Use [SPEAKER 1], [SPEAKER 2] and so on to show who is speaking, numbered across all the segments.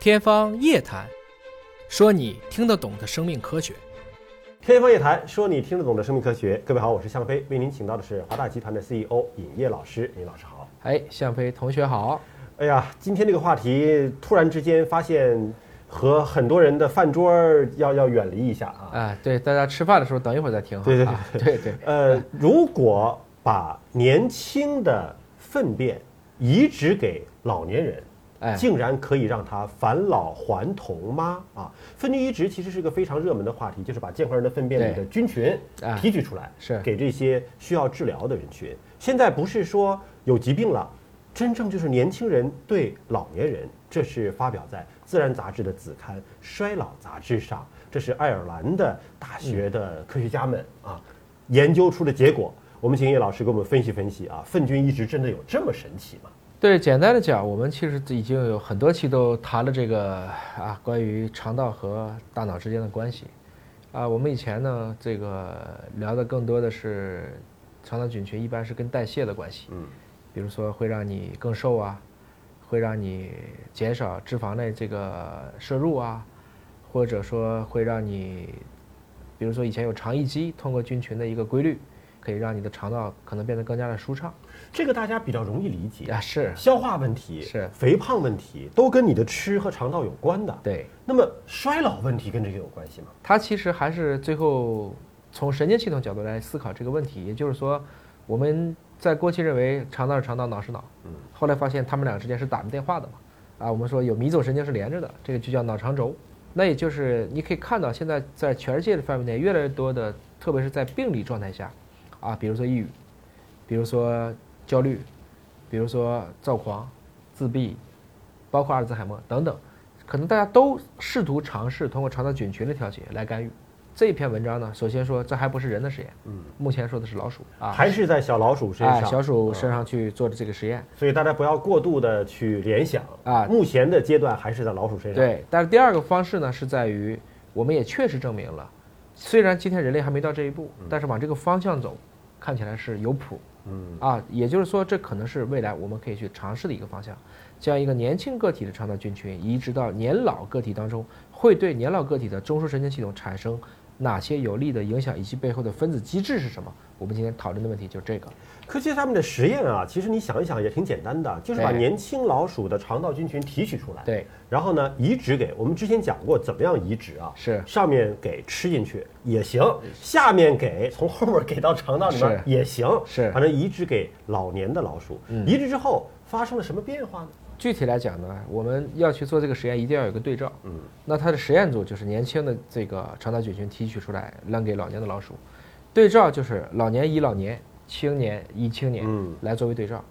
[SPEAKER 1] 天方夜谭，说你听得懂的生命科学。
[SPEAKER 2] 天方夜谭，说你听得懂的生命科学。各位好，我是向飞，为您请到的是华大集团的 CEO 尹烨老师。尹老师好。
[SPEAKER 1] 哎，向飞同学好。
[SPEAKER 2] 哎呀，今天这个话题突然之间发现和很多人的饭桌儿要要远离一下啊。
[SPEAKER 1] 啊，对，大家吃饭的时候等一会儿再听哈。
[SPEAKER 2] 对对对
[SPEAKER 1] 啊对对，
[SPEAKER 2] 呃，如果把年轻的粪便移植给老年人，
[SPEAKER 1] 哎，
[SPEAKER 2] 竟然可以让他返老还童吗？啊，粪菌移植其实是个非常热门的话题，就是把健康人的粪便里
[SPEAKER 1] 对
[SPEAKER 2] 的菌群
[SPEAKER 1] 啊
[SPEAKER 2] 提取出来，
[SPEAKER 1] 是
[SPEAKER 2] 给这些需要治疗的人群。现在不是说有疾病了，真正就是年轻人对老年人，这是发表在《自然》杂志的子刊《衰老》杂志上，这是爱尔兰的大学的科学家们啊研究出的结果。我们请叶老师给我们分析分析啊，粪菌移植真的有这么神奇吗？
[SPEAKER 1] 对，简单的讲，我们其实已经有很多期都谈了这个啊，关于肠道和大脑之间的关系。啊，我们以前呢，这个聊的更多的是肠道菌群一般是跟代谢的关系，
[SPEAKER 2] 嗯，
[SPEAKER 1] 比如说会让你更瘦啊，会让你减少脂肪的这个摄入啊，或者说会让你，比如说以前有肠易激，通过菌群的一个规律，可以让你的肠道可能变得更加的舒畅
[SPEAKER 2] 这个大家比较容易理解
[SPEAKER 1] 啊，是，
[SPEAKER 2] 消化问题、
[SPEAKER 1] 是
[SPEAKER 2] 肥胖问题，都跟你的吃和肠道有关的。
[SPEAKER 1] 对。
[SPEAKER 2] 那么衰老问题跟这个有关系吗？
[SPEAKER 1] 它其实还是最后从神经系统角度来思考这个问题，也就是说，我们在过去认为肠道是肠道，脑是脑，后来发现他们俩之间是打不电话的嘛，啊，我们说有迷走神经是连着的，这个就叫脑肠轴。那也就是你可以看到，现在在全世界的范围内，越来越多的，特别是在病理状态下，啊，比如说抑郁，比如说焦虑，比如说躁狂、自闭，包括阿尔兹海默等等，可能大家都试图尝试通过肠道菌群的调节来干预。这一篇文章呢，首先说这还不是人的实验，
[SPEAKER 2] 嗯，
[SPEAKER 1] 目前说的是老鼠啊，
[SPEAKER 2] 还是在小老鼠身
[SPEAKER 1] 哎，
[SPEAKER 2] 上？
[SPEAKER 1] 小鼠身
[SPEAKER 2] 啊
[SPEAKER 1] 上去做的这个实验。
[SPEAKER 2] 所以大家不要过度的去联想
[SPEAKER 1] 啊
[SPEAKER 2] 目前的阶段还是在老鼠身上。，
[SPEAKER 1] 对，但是第二个方式呢，是在于我们也确实证明了，虽然今天人类还没到这一步，但是往这个方向走，看起来是有谱
[SPEAKER 2] 嗯，
[SPEAKER 1] 啊。也就是说，这可能是未来我们可以去尝试的一个方向，将一个年轻个体的肠道菌群移植到年老个体当中，会对年老个体的中枢神经系统产生哪些有利的影响，以及背后的分子机制是什么？我们今天讨论的问题就是这个。
[SPEAKER 2] 科学家们的实验啊，其实你想一想也挺简单的，就是把
[SPEAKER 1] 对
[SPEAKER 2] 年轻老鼠的肠道菌群提取出来，
[SPEAKER 1] 对，
[SPEAKER 2] 然后呢移植给我们之前讲过怎么样移植啊，
[SPEAKER 1] 是
[SPEAKER 2] 上面给吃进去也行，下面给从后面给到肠道里面
[SPEAKER 1] 是
[SPEAKER 2] 也行，
[SPEAKER 1] 是嗯
[SPEAKER 2] 反正移植给老年的老鼠，移植之后发生了什么变化呢？
[SPEAKER 1] 具体来讲呢，我们要去做这个实验，一定要有个对照。
[SPEAKER 2] 嗯，
[SPEAKER 1] 那它的实验组就是年轻的这个肠道菌群提取出来，扔给老年的老鼠，对照就是老年以老年，青年以青年，
[SPEAKER 2] 嗯，
[SPEAKER 1] 来作为对照。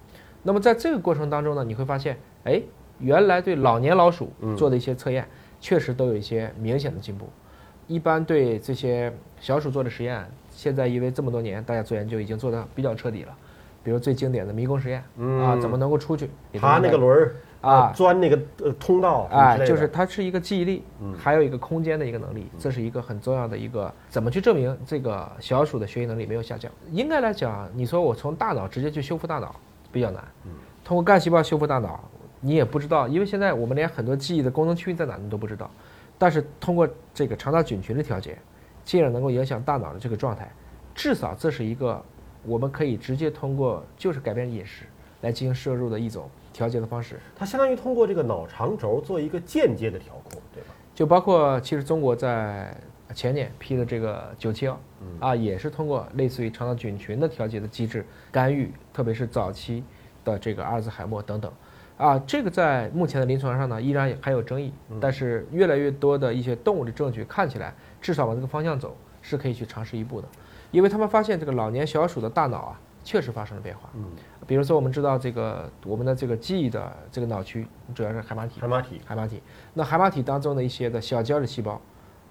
[SPEAKER 1] 那么在这个过程当中呢，你会发现，哎，原来对老年老鼠
[SPEAKER 2] 嗯
[SPEAKER 1] 做的一些测验，确实都有一些明显的进步。一般对这些小鼠做的实验，现在因为这么多年大家做研究已经做的比较彻底了，比如最经典的迷宫实验、啊，怎么能够出去？给它
[SPEAKER 2] 嗯爬那个轮儿
[SPEAKER 1] 啊
[SPEAKER 2] 钻那个呃通道什么
[SPEAKER 1] 哎
[SPEAKER 2] 之，类的嗯
[SPEAKER 1] 就是它是一个记忆力，还有一个空间的一个能力，这是一个很重要的一个怎么去证明这个小鼠的学习能力没有下降？应该来讲，你说我从大脑直接去修复大脑比较难，
[SPEAKER 2] 嗯
[SPEAKER 1] 通过干细胞修复大脑，你也不知道，因为现在我们连很多记忆的功能区域在哪你都不知道，但是通过这个肠道菌群的调节，进而能够影响大脑的这个状态，至少这是一个我们可以直接通过就是改变饮食来进行摄入的一种调节的方式。
[SPEAKER 2] 它相当于通过这个脑肠轴做一个间接的调控，对吧？
[SPEAKER 1] 就包括其实中国在前年批的这个九七幺，啊，也是通过类似于肠道菌群的调节的机制干预，特别是早期的这个阿尔兹海默等等，啊，这个在目前的临床上呢依然也还有争议，但是越来越多的一些动物的证据看起来，至少往这个方向走是可以去尝试一步的，因为他们发现这个老年小鼠的大脑啊确实发生了变化，
[SPEAKER 2] 嗯
[SPEAKER 1] 比如说我们知道这个我们的这个记忆的这个脑区主要是海马体，
[SPEAKER 2] 海马体
[SPEAKER 1] 海马体。那海马体当中的一些的小胶质细胞，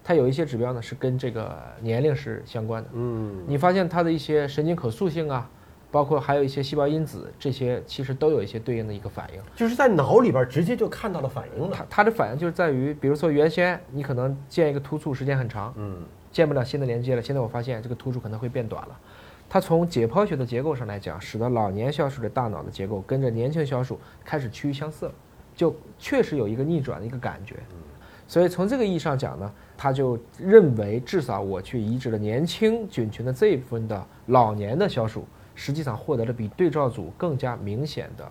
[SPEAKER 1] 它有一些指标呢是跟这个年龄是相关的。
[SPEAKER 2] 嗯，
[SPEAKER 1] 你发现它的一些神经可塑性啊，包括还有一些细胞因子，这些其实都有一些对应的一个反应。
[SPEAKER 2] 就是在脑里边直接就看到了反应了。
[SPEAKER 1] 它它的反应就是在于，比如说原先你可能建一个突触时间很长，
[SPEAKER 2] 嗯，
[SPEAKER 1] 建不了新的连接了，现在我发现这个突触可能会变短了。它从解剖学的结构上来讲，使得老年小鼠的大脑的结构跟着年轻小鼠开始趋于相似了。就确实有一个逆转的一个感觉。所以从这个意义上讲呢，他就认为至少我去移植了年轻菌群的这一部分的老年的小鼠，实际上获得了比对照组更加明显的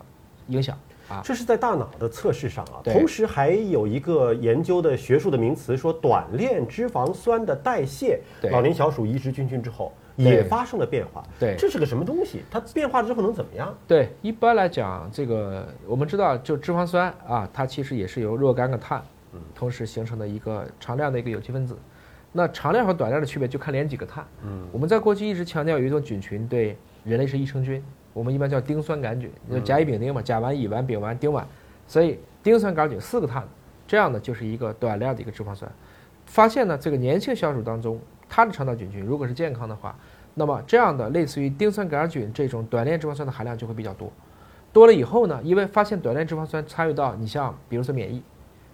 [SPEAKER 1] 影响啊。
[SPEAKER 2] 这是在大脑的测试上啊，
[SPEAKER 1] 对
[SPEAKER 2] 同时还有一个研究的学术的名词说，短链脂肪酸的代谢，
[SPEAKER 1] 对
[SPEAKER 2] 老年小鼠移植菌群之后
[SPEAKER 1] 对
[SPEAKER 2] 也发生了变化。
[SPEAKER 1] 对
[SPEAKER 2] 这是个什么东西？它变化之后能怎么样？
[SPEAKER 1] 对，一般来讲，这个我们知道，就脂肪酸啊，它其实也是由若干个碳，同时形成的一个常量的一个有机分子。那长链和短链的区别就看连几个碳。嗯，我们在过去一直强调有一种菌群对人类是益生菌，我们一般叫丁酸杆菌，就甲乙丙丁嘛，甲烷、乙烷、丙烷、丁烷，所以丁酸杆菌四个碳，这样呢就是一个短链的一个脂肪酸。发现呢，这个年轻小鼠当中，它的肠道菌群如果是健康的话，那么这样的类似于丁酸杆菌这种短链脂肪酸的含量就会比较多。多了以后呢，因为发现短链脂肪酸参与到你像比如说免疫，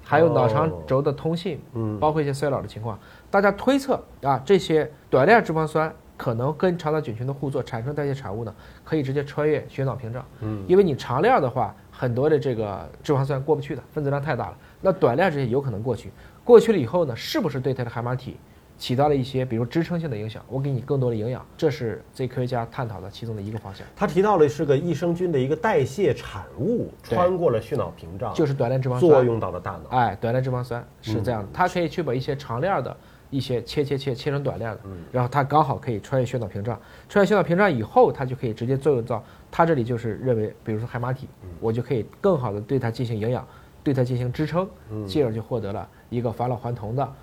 [SPEAKER 1] 还有脑肠
[SPEAKER 2] 哦
[SPEAKER 1] 轴的通信，
[SPEAKER 2] 嗯，
[SPEAKER 1] 包括一些衰老的情况，大家推测啊，这些短链脂肪酸可能跟肠道菌群的互作产生代谢产物呢，可以直接穿越血脑屏障。
[SPEAKER 2] 嗯，
[SPEAKER 1] 因为你长链的话，很多的这个脂肪酸过不去的，分子量太大了。那短链这些有可能过去，过去了以后呢，是不是对它的海马体起到了一些，比如支撑性的影响？我给你更多的营养，这是这科学家探讨的其中的一个方向，
[SPEAKER 2] 他提到了是个益生菌的一个代谢产物，
[SPEAKER 1] 对
[SPEAKER 2] 穿过了血脑屏障，
[SPEAKER 1] 就是短链脂肪酸
[SPEAKER 2] 作用到了大脑。
[SPEAKER 1] 哎，短链脂肪酸是这样的，它可以去把一些长链儿的一些切切切切成短链儿的，然后它刚好可以穿越血脑屏障，穿越血脑屏障以后，它就可以直接作用到它这里，就是认为，比如说海马体，我就可以更好的对它进行营养，对它进行支撑，进而就获得了一个返老还童的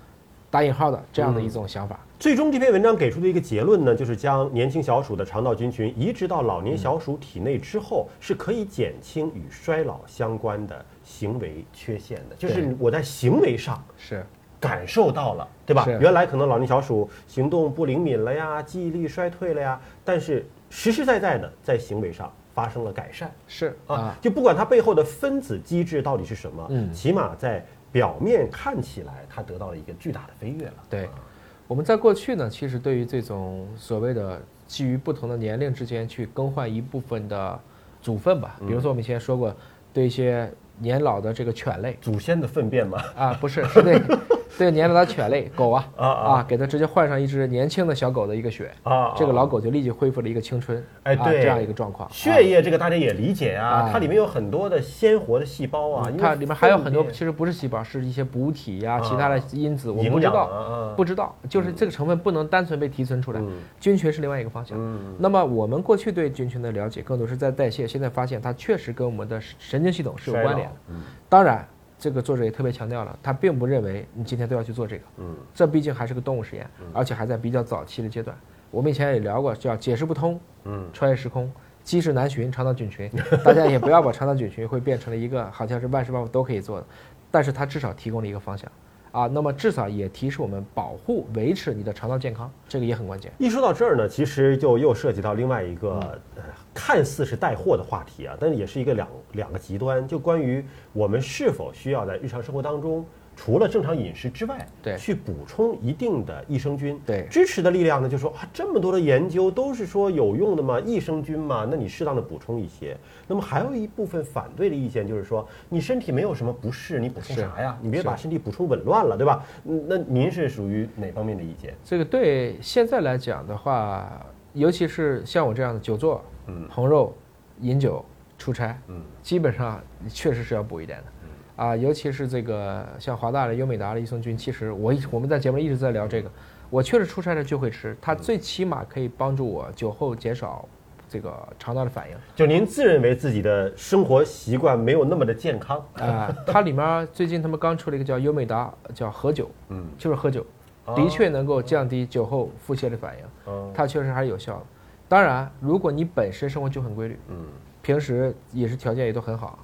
[SPEAKER 1] 打引号的这样的一种想法。
[SPEAKER 2] 最终这篇文章给出的一个结论呢，就是将年轻小鼠的肠道菌群移植到老年小鼠体内之后，是可以减轻与衰老相关的行为缺陷的，就是
[SPEAKER 1] 对
[SPEAKER 2] 我在行为上。
[SPEAKER 1] 是，
[SPEAKER 2] 感受到了，对吧
[SPEAKER 1] 是？
[SPEAKER 2] 原来可能老年小鼠行动不灵敏了呀，记忆力衰退了呀，但是实实在在的在行为上发生了改善
[SPEAKER 1] 是
[SPEAKER 2] 啊
[SPEAKER 1] 啊，，
[SPEAKER 2] 就不管它背后的分子机制到底是什么，
[SPEAKER 1] 嗯
[SPEAKER 2] 起码在表面看起来，它得到了一个巨大的飞跃了。
[SPEAKER 1] 对，我们在过去呢，其实对于这种所谓的基于不同的年龄之间去更换一部分的组分吧，比如说我们以前说过，对一些年老的这个犬类
[SPEAKER 2] 祖先的粪便嘛，
[SPEAKER 1] 啊，不是，是 对对年老的犬类狗啊
[SPEAKER 2] 啊啊
[SPEAKER 1] 啊，给它直接换上一只年轻的小狗的一个血，
[SPEAKER 2] 啊，
[SPEAKER 1] 这个老狗就立即恢复了一个青春，
[SPEAKER 2] 哎
[SPEAKER 1] 啊
[SPEAKER 2] 对
[SPEAKER 1] 这样一个状况，
[SPEAKER 2] 血液这个大家也理解啊，
[SPEAKER 1] 啊
[SPEAKER 2] 它里面有很多的鲜活的细胞啊，因为
[SPEAKER 1] 嗯它里面还有很多
[SPEAKER 2] 粪
[SPEAKER 1] 其实不是细胞，是一些补体呀、
[SPEAKER 2] 啊
[SPEAKER 1] 其他的因子，我们不
[SPEAKER 2] 营
[SPEAKER 1] 知
[SPEAKER 2] 养
[SPEAKER 1] 道，
[SPEAKER 2] 啊啊嗯
[SPEAKER 1] 不知道，就是这个成分不能单纯被提纯出来。菌群是另外一个方向。那么我们过去对菌群的了解更多是在代谢，现在发现它确实跟我们的神经系统是有
[SPEAKER 2] 衰老
[SPEAKER 1] 关联的。嗯当然，这个作者也特别强调了，他并不认为你今天都要去做这个。
[SPEAKER 2] 嗯，
[SPEAKER 1] 这毕竟还是个动物实验，而且还在比较早期的阶段。我们以前也聊过，叫解释不通，
[SPEAKER 2] 嗯，
[SPEAKER 1] 穿越时空，机制难寻，肠道菌群，大家也不要把肠道菌群会变成了一个好像是万事万物都可以做的，但是它至少提供了一个方向啊，那么至少也提示我们保护、维持你的肠道健康，这个也很关键。
[SPEAKER 2] 一说到这儿呢，其实就又涉及到另外一个、
[SPEAKER 1] 嗯
[SPEAKER 2] 呃看似是带货的话题啊，但是也是一个两两个极端，就关于我们是否需要在日常生活当中。除了正常饮食之外，
[SPEAKER 1] 对
[SPEAKER 2] 去补充一定的益生菌，
[SPEAKER 1] 对
[SPEAKER 2] 支持的力量呢，就说啊，这么多的研究都是说有用的嘛，益生菌嘛，那你适当的补充一些。那么还有一部分反对的意见就是说，你身体没有什么不适，你补充
[SPEAKER 1] 是
[SPEAKER 2] 啥呀？你别
[SPEAKER 1] 是
[SPEAKER 2] 把身体补充紊乱了，对吧？嗯那您是属于哪方面的意见？
[SPEAKER 1] 这个对现在来讲的话，尤其是像我这样的久坐、
[SPEAKER 2] 嗯
[SPEAKER 1] 红肉、饮酒、出差，
[SPEAKER 2] 嗯，
[SPEAKER 1] 基本上确实是要补一点的。啊，尤其是这个像华大的优美达的益生菌，其实我一我们在节目一直在聊这个，我确实出差的就会吃，
[SPEAKER 2] 嗯
[SPEAKER 1] 它最起码可以帮助我酒后减少这个肠道的反 应。
[SPEAKER 2] 就您自认为自己的生活习惯没有那么的健康，
[SPEAKER 1] 啊、它里面儿最近他们刚出了一个叫优美达，叫喝酒，
[SPEAKER 2] 嗯，
[SPEAKER 1] 就是喝酒，
[SPEAKER 2] 哦
[SPEAKER 1] 的确能够降低酒后腹泻的反应，
[SPEAKER 2] 哦
[SPEAKER 1] 它确实还是有效的。当然，如果你本身生活就很规律，
[SPEAKER 2] 嗯，
[SPEAKER 1] 平时饮食条件也都很好，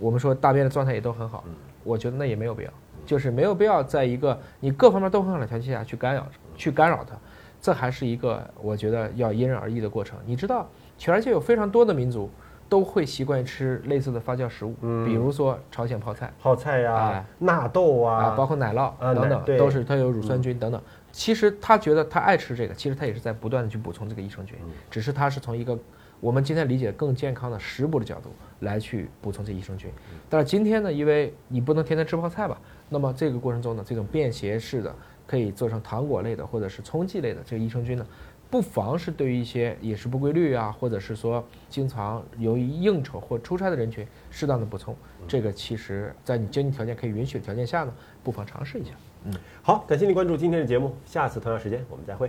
[SPEAKER 1] 我们说大便的状态也都很好，我觉得那也没有必要，就是没有必要在一个你各方面都很好的条件下去干扰去干扰它，这还是一个我觉得要因人而异的过程。你知道，全世界有非常多的民族都会习惯吃类似的发酵食物，
[SPEAKER 2] 嗯
[SPEAKER 1] 比如说朝鲜泡菜
[SPEAKER 2] 泡菜呀、
[SPEAKER 1] 哎
[SPEAKER 2] 纳豆
[SPEAKER 1] 啊，
[SPEAKER 2] 啊，
[SPEAKER 1] 包括奶酪
[SPEAKER 2] 啊
[SPEAKER 1] 等
[SPEAKER 2] 奶
[SPEAKER 1] 等，
[SPEAKER 2] 对
[SPEAKER 1] 都是它有乳酸菌等等。其实他觉得他爱吃这个，其实他也是在不断的去补充这个益生菌，只是他是从一个我们今天理解更健康的食补的角度来去补充这益生菌。但是今天呢，因为你不能天天吃泡菜吧，那么这个过程中呢，这种便携式的可以做成糖果类的或者是冲剂类的这个益生菌呢，不妨是对于一些饮食不规律啊，或者是说经常由于应酬或出差的人群，适当的补充。这个其实在你经济条件可以允许的条件下呢，不妨尝试一下。
[SPEAKER 2] 好，感谢您关注今天的节目，下次同样时间我们再会。